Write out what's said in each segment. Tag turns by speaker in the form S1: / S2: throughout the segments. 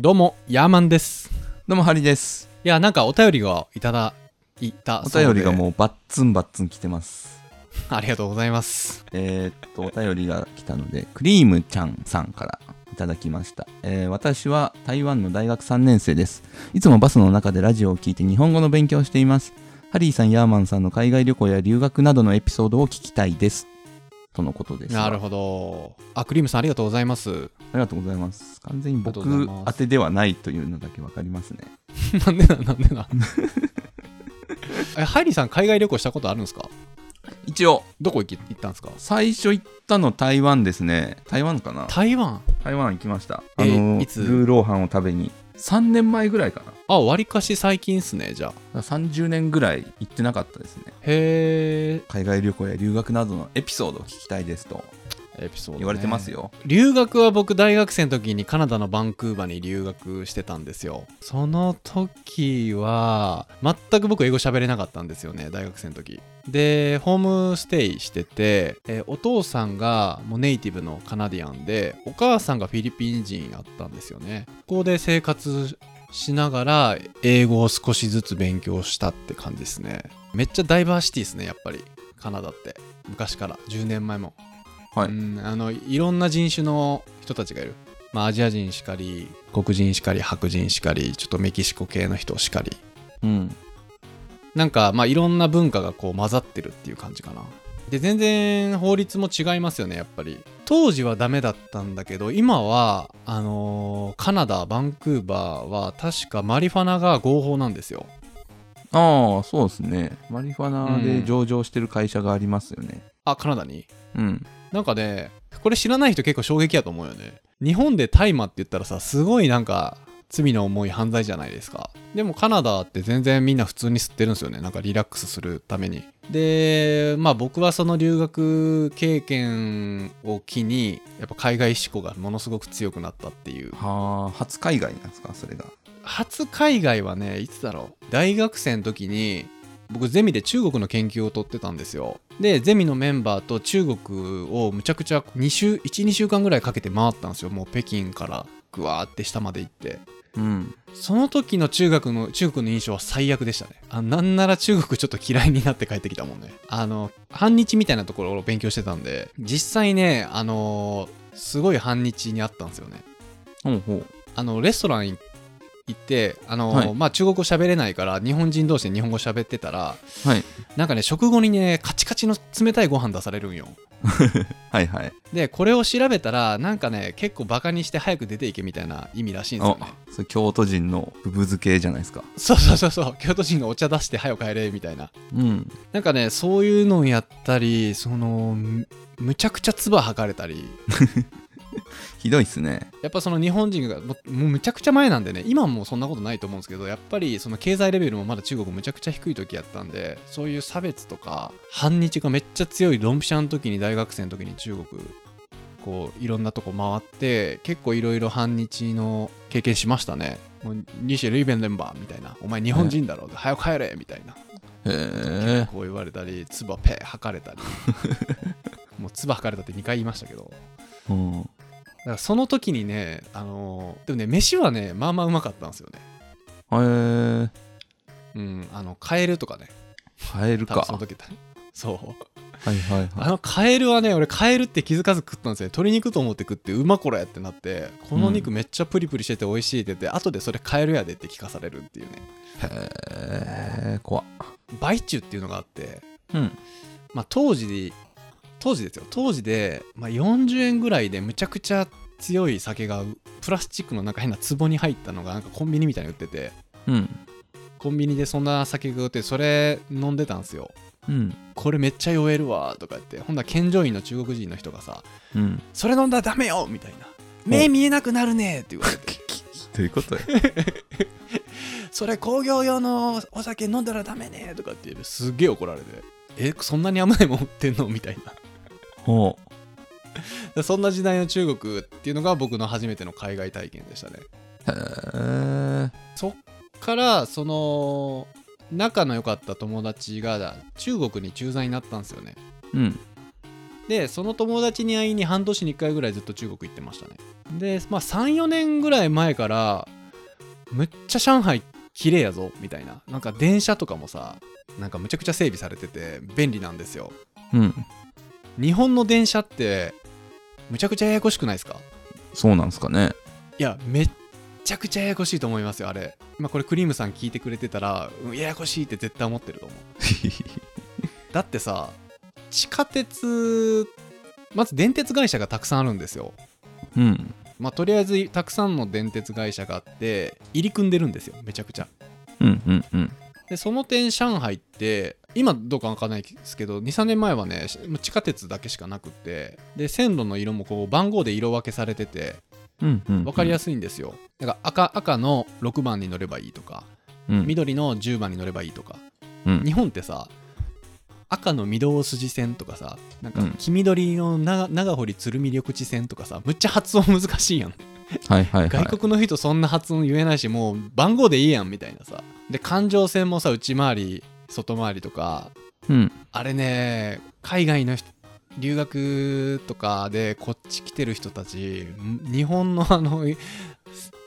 S1: どうも、ヤーマンです。
S2: どうもハリです
S1: いや、なんかお便りがいただいた
S2: お
S1: そうで。
S2: 便りがもうバッツンバッツン来てます
S1: う。ありがとうございます。
S2: えー、っとお便りが来たのでクリームちゃんさんからいただきました、えー私は台湾の大学3年生ですいつもバスの中でラジオを聞いて日本語の勉強をしていますハリーさんヤーマンさんの海外旅行や留学などのエピソードを聞きたいですとのことです
S1: なるほど。あ、クリームさんありがとうございます。
S2: ありがとうございます完全に僕
S1: ありがとうございます
S2: 宛てではないというのだけわかりますね
S1: なんでな、なんで な。え、ハイリーさん海外旅行したことあるんですか
S2: 一応
S1: どこ行き行ったんですか
S2: 最初行ったの台湾ですね台湾かな
S1: 台湾
S2: 台湾行きました
S1: え
S2: あの
S1: いつ
S2: ルーローハンを食べに3年前ぐらいかなだか
S1: あ、割かし最近っすね、じゃあ。
S2: ら30年ぐらい行ってなかったですね
S1: へ
S2: 海外旅行や留学などのエピソードを聞きたいですと
S1: ー、エピソード、
S2: 言われてます。よ、
S1: 留学は僕大学生の時にカナダのバンクーバーに留学してたんですよその時は全く僕英語喋れなかったんですよね大学生の時でホームステイしてて、えーお父さんがもうネイティブのカナディアンでお母さんがフィリピン人だったんですよねここで生活しながら英語を少しずつ勉強したって感じですねめっちゃダイバーシティですねやっぱりカナダって昔から10年前も
S2: はい
S1: うん、あのいろんな人種の人たちがいる、まあ、アジア人しかり黒人しかり白人しかりちょっとメキシコ系の人しかり
S2: うん
S1: なんかまあいろんな文化がこう混ざってるっていう感じかなで全然法律も違いますよねやっぱり当時はダメだったんだけど今はあのーカナダバンクーバーは確かマリファナが合法なんですよ
S2: ああそうですねマリファナで上場してる会社がありますよね
S1: あカナダに
S2: うん、
S1: なんかね、これ知らない人結構衝撃やと思うよね。日本で大麻って言ったらさ、すごいなんか、罪の重い犯罪じゃないですか。でもカナダって全然みんな普通に吸ってるんですよね。なんかリラックスするために。で、まあ僕はその留学経験を機に、やっぱ海外志向がものすごく強くなったっていう。
S2: はあ初海外なんですかそれが
S1: 初海外はねいつだろう大学生の時に僕ゼミで中国の研究を取ってたんですよでゼミのメンバーと中国をむちゃくちゃ2週12週間ぐらいかけて回ったんですよもう北京からぐわーって下まで行って
S2: うん
S1: その時の中学の中国の印象は最悪でしたねあなんなら中国ちょっと嫌いになって帰ってきたもんねあの反日みたいなところを勉強してたんで実際ねあのすごい反日にあったんですよね
S2: ほうほう
S1: あのレストラン行ってあの、
S2: はい
S1: まあ、中国語喋れないから日本人同士で日本語喋ってたら
S2: はい
S1: なんかね食後にねカチカチの冷たいご飯出されるんよ
S2: はいはい
S1: でこれを調べたらなんかね結構バカにして早く出ていけみたいな意味らしいんですよ
S2: あ
S1: ね
S2: それ京都人のぶぶ漬けじゃないですか
S1: そうそうそうそう京都人がお茶出して早く帰れみたいな
S2: うん
S1: なんかねそういうのをやったりそのむむちゃくちゃ唾吐かれたり
S2: ひどいっすね
S1: やっぱその日本人がもうもうむちゃくちゃ前なんでね今はもうそんなことないと思うんですけどやっぱりその経済レベルもまだ中国むちゃくちゃ低い時やったんでそういう差別とか反日がめっちゃ強いドンピシャの時に大学生の時に中国こういろんなとこ回って結構いろいろ反日の経験しましたね。もうニシェルイベンレンバーみたいな「お前日本人だろ」早く帰れみたいな
S2: へえ
S1: こう言われたり唾ペー吐かれたりもう唾吐かれたって2回言いましたけど
S2: うん
S1: だからその時にね、あのーでもね飯はねまあまあうまかったんですよね
S2: へえ
S1: うんあのカエルとかね
S2: カエル
S1: 多分
S2: か
S1: その時だそう
S2: はいはい
S1: あ
S2: は
S1: のカエルはね俺カエルって気づかず食ったんですよね鶏肉と思って食ってうまこれってなってこの肉めっちゃプリプリしてて美味しいって言って、後でそれカエルやでって聞かされるっていうね
S2: いへえ怖っ
S1: バイチュウっていうのがあって
S2: うん
S1: まあ当時当時ですよ当時で、まあ、40円ぐらいでむちゃくちゃ強い酒がプラスチックのなんか変な壺に入ったのがなんかコンビニみたいに売ってて
S2: うん
S1: コンビニでそんな酒が売ってそれ飲んでたんすよ
S2: うん
S1: これめっちゃ酔えるわとか言ってほんなら健常員の中国人の人がさ
S2: うん
S1: 「それ飲んだらダメよ!」みたいな「目見えなくなるね!」って言われて
S2: どういうことよ
S1: 「それ工業用のお酒飲んだらダメね!」とかって言うすっげえ怒られて「えそんなに甘いもん売ってんの?」みたい
S2: ほう
S1: な そんな時代の中国っていうのが僕の初めての海外体験でしたね
S2: へえ
S1: そっからその仲の良かった友達が中国に駐在になったんですよね
S2: うん
S1: でその友達に会いに半年に1回ぐらいずっと中国行ってましたねでまあ34年ぐらい前からむっちゃ上海綺麗やぞみたいななんか電車とかもさなんかむちゃくちゃ整備されてて便利なんですよ
S2: うん。
S1: 日本の電車ってむちゃくちゃややこしくないですか
S2: そうなんすかね。
S1: いやめっちゃくちゃややこしいと思いますよあれまあこれクリームさん聞いてくれてたらうんややこしいって絶対思ってると思うだってさ地下鉄まず電鉄会社がたくさんあるんですよ
S2: うん。
S1: まあとりあえずたくさんの電鉄会社があって入り組んでるんですよめちゃくちゃ
S2: うんうんうん。
S1: でその点上海って今どうかわかんないですけど23年前はねもう地下鉄だけしかなくってで線路の色もこう番号で色分けされてて
S2: うんうん。
S1: 分かりや
S2: す
S1: すいんですよだから赤赤の6番に乗ればいいとか
S2: い。うん。
S1: 緑の10番に乗ればいいとか
S2: うん
S1: 日本ってさ赤の御堂筋線とかさなんか
S2: うん
S1: 黄緑の長長堀鶴見緑地線とかさむっちゃ発音難しいやん
S2: はいはいはい。
S1: 外国の人そんな発音言えないしもう番号でいいやんみたいなさで環状線もさ内回り外回りとか
S2: うん。
S1: あれね海外の人留学とかでこっち来てる人たちん日本のあのい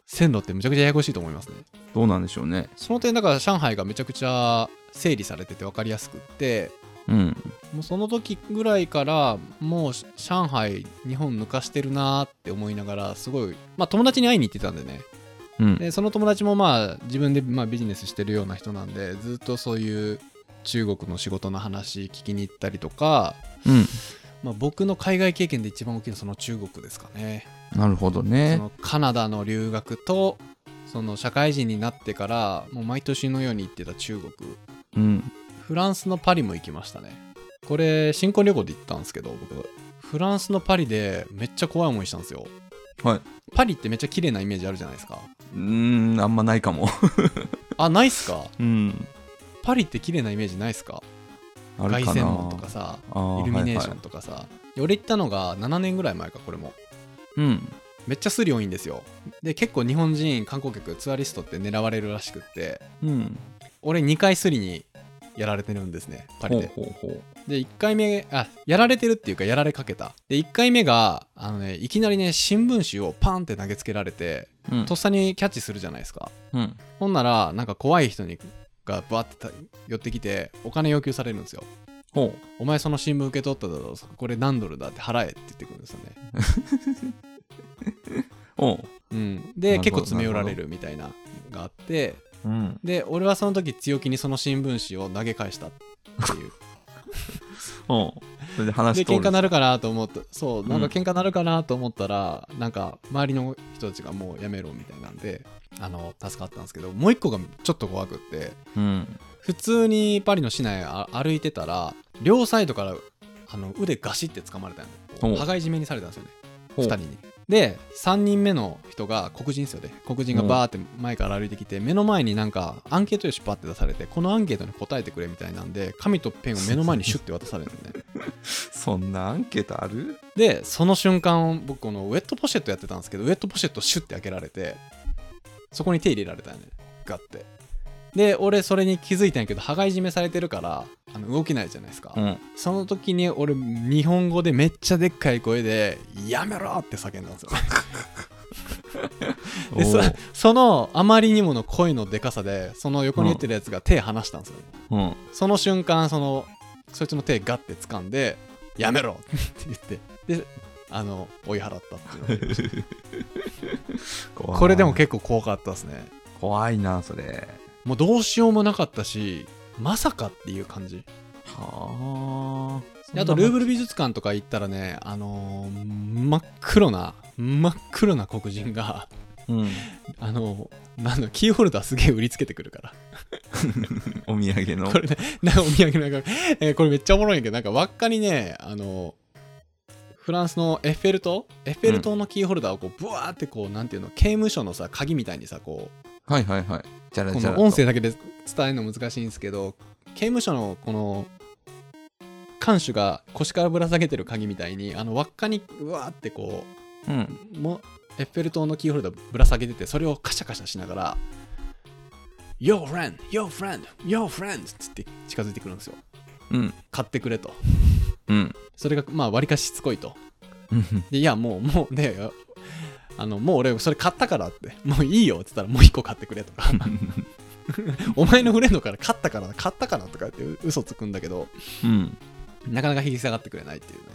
S1: 線路ってむちゃくちゃややこしいと思いますね
S2: どうなんでしょうね。
S1: その点だから上海がめちゃくちゃ整理されてて分かりやすくって
S2: うん。
S1: もうその時ぐらいからもうし上海日本抜かしてるなーって思いながらすごいまあ友達に会いに行ってたんでね
S2: うん。
S1: でその友達もまあ自分でまあビジネスしてるような人なんでずっとそういう中国の仕事の話聞きに行ったりとか、
S2: うん。
S1: まあ、僕の海外経験で一番大きいのはその中国ですかね
S2: なるほど
S1: そ
S2: ね。
S1: のカナダの留学とその社会人になってからもう毎年のように行ってた中国
S2: うん。
S1: フランスのパリも行きましたねこれ新婚旅行で行ったんですけど僕フランスのパリでめっちゃ怖い思いしたんですよ
S2: はい
S1: パリってめっちゃ綺麗なイメージあるじゃないですか
S2: うーん、あんまないかも。
S1: あないっすか
S2: うん。
S1: パリって綺麗なイメージないっすか
S2: あ
S1: 凱
S2: るか
S1: 旋
S2: な。
S1: 門とかさ
S2: あー
S1: イルミネーショ
S2: は
S1: ン
S2: い
S1: とかさ、俺行ったのが7年ぐらい前かこれも
S2: はいうん。
S1: めっちゃスリ多いんですよで結構日本人観光客ツアリストって狙われるらしくって
S2: うん。
S1: 俺2回スリにやられてるんですねパリで
S2: ほうほうほ
S1: で1回目あやられてるっていうかやられかけたで1回目があの、ね、いきなりね新聞紙をパンって投げつけられて
S2: う。うん
S1: とっ。さにキャッチするじゃないですか
S2: うん。
S1: ほんならなんか怖い人にがバーってた寄ってきてお金要求されるんですよ
S2: ほ
S1: お前その新聞受け取っただろこれ何ドルだって払えって言ってくるんですよね、
S2: う。ほう。
S1: うん、
S2: な
S1: で
S2: るほど
S1: 結構詰め寄られるみたいなのがあって
S2: うん。
S1: で俺はその時強気にその新聞紙を投げ返したって いう
S2: ほう。それで話
S1: で
S2: 通る
S1: 喧嘩なるかなと思ったそうなんか
S2: うん
S1: 喧嘩なるかなと思ったら、なんか周りの人たちがもうやめろみたいなんであの助かったんですけどもう一個がちょっと怖くって
S2: うん。
S1: 普通にパリの市内あ歩いてたら両サイドからあの腕ガシって掴まれたん
S2: お
S1: で羽交い締めにされたんですよね
S2: ほ
S1: 2
S2: う
S1: 人にで3人目の人が黒人ですよね黒人がバーって前から歩いてきて目の前になんかアンケート用紙バーって出されてこのアンケートに答えてくれみたいなんで紙とペンを目の前にシュッて渡されるんで、ね、
S2: そんなアンケートある
S1: でその瞬間僕このウェットポシェットやってたんですけどウェットポシェットシュッて開けられてそこに手入れられたよねガッてで俺それに気づいたんやけど羽交い締めされてるからあの動けないじゃないですか、
S2: うん。
S1: その時に俺日本語でめっちゃでっかい声で「やめろ!」って叫んだんですよでそ
S2: おう
S1: そのあまりにもの声のでかさでその横にいってるやつが手離したんですよ、
S2: うん。
S1: その瞬間そのそいつの手ガッて掴んで「やめろ!」って言ってであの追い払ったっていうのがありました
S2: 怖い
S1: これでも結構怖かったですね
S2: 怖いなそれ
S1: もうどうしようもなかったしまさかっていう感じ
S2: は
S1: であとルー
S2: ブ
S1: ブル美術館とか行ったらねあのー真っ黒な真っ黒な黒人が
S2: うん
S1: あのなんだキーホルダーすげえ売りつけてくるから
S2: お土産の
S1: これね なんかお土産なんか、えーこれめっちゃおもろいんやけどなんか輪っかにねあのフランスのエッフェル塔エッフェル塔のキーホルダーをこうブワーってこうなんていうの刑務所のさ鍵みたいにさこ
S2: はいはいはいじゃ
S1: う
S2: ら
S1: こ
S2: じゃら
S1: の音声だけで伝えるの難しいんですけど刑務所のこの看守が腰からぶら下げてる鍵みたいにあの輪っかにうわーってこ
S2: うん
S1: うもエッフェル塔のキーホルダーぶら下げててそれをカシャカシャしながら「Yo friend! Yo friend! Yo friend!」っつって近づいてくるんですよ
S2: うん
S1: 買ってくれと
S2: うん。
S1: それがまあ割かししつこいと
S2: うん
S1: でいやもうもうねあのもう俺それ買ったからってもういいよって言ったらもう一個買ってくれとかお前のフレンドから買ったから買ったからとか言って嘘つくんだけど
S2: うん。
S1: なかなか引き下がってくれないっていうね、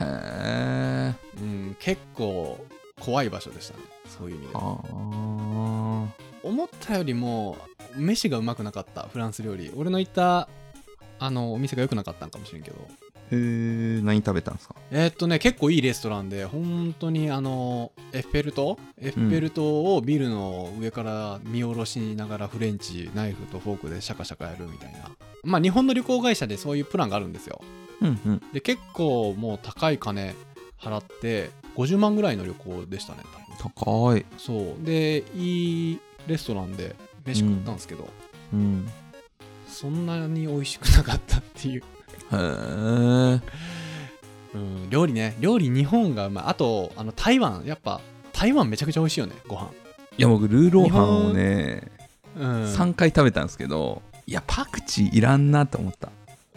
S2: へえ。
S1: うん、結構怖い場所でしたねそういう意味では
S2: ああ。
S1: 思ったよりも飯がうまくなかったフランス料理俺の行ったあのお店が良くなかったんかもしれんけど
S2: へえ。何食べたんですか
S1: えーっとね結構いいレストランで本当にあのエッフェル塔エッフェル塔をビルの上から見下ろしながらフレンチナイフとフォークでシャカシャカやるみたいなまあ日本の旅行会社でそういうプランがあるんですよ
S2: うんうん。
S1: で結構もう高い金払って50万ぐらいの旅行でしたね多分
S2: 高い。
S1: そうでいいレストランで飯食ったんですけど、
S2: うん。
S1: そんなに美味しくなかったっていう、
S2: へえ。
S1: うん、料理ね料理日本がうまいあとあの台湾やっぱ台湾めちゃくちゃ美味しいよねご飯
S2: いや僕ルーローハンをね、
S1: うん
S2: 3回食べたんですけど、いやパクチーいらんなと思った。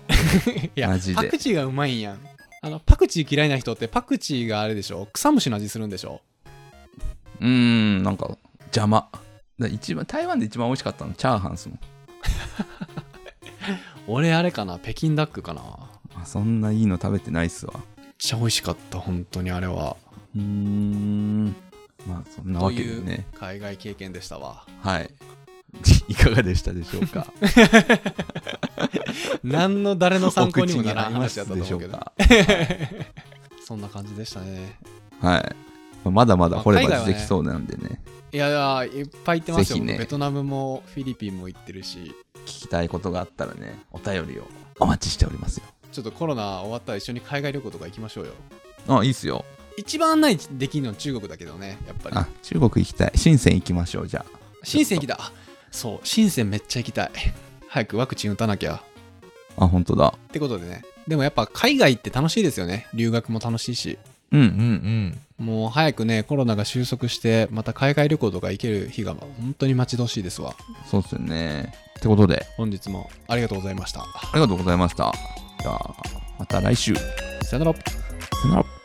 S1: いや
S2: マジで
S1: パクチーがうまいんやんあのパクチー嫌いな人ってパクチーがあれでしょ草むしの味するんでしょ
S2: うーんなんか邪魔。だ一番台湾で一番美味しかったのチャーハンっすもん。
S1: 俺あれかな北京ダックかなめ
S2: あそんないいの食べてないっすわ。
S1: っちゃ美味しかった本当にあれは
S2: うーん。まあそんなわけで
S1: とい
S2: ね
S1: う。海外経験でしたわ
S2: はい。 いかがでしたでしょ うか。
S1: 何の誰の参考にもな
S2: お
S1: ら
S2: 口
S1: ん
S2: に合いま
S1: 話だ
S2: す
S1: ったと
S2: でし
S1: 思う
S2: ょ
S1: け
S2: う
S1: ど
S2: か。
S1: そんな感じでしたね
S2: はい。まあまだまだ掘れ
S1: まあ海
S2: ば
S1: 外は
S2: 出
S1: ね
S2: てきそうなんでね、
S1: いやいやいっぱい行ってますよ、
S2: ぜひね
S1: ベトナムもフィリピンも行ってるし
S2: 聞きたいことがあったらね、お便りをお待ちしておりますよ。
S1: ちょっとコロナ終わったら一緒に海外旅行とか行きましょうよ。
S2: あ、いいっすよ。
S1: 一番案内できるのは中国だけどね、やっぱり。
S2: あ、中国行きたい。深セン行きましょう、じゃあ。
S1: 深セン行きたい。あそう、深センめっちゃ行きたい。早くワクチン打たなきゃ。
S2: あ、本当だ。
S1: ってことでね。でもやっぱ海外って楽しいですよね。留学も楽しいし。
S2: うんうんうん。
S1: もう早くね、コロナが収束して、また海外旅行とか行ける日が本当に待ち遠しいですわ。
S2: そうっすよね。ってことで、
S1: 本日もありがとうございました。
S2: ありがとうございました。じゃあ、また来週。さ
S1: さよなら。
S2: よなら。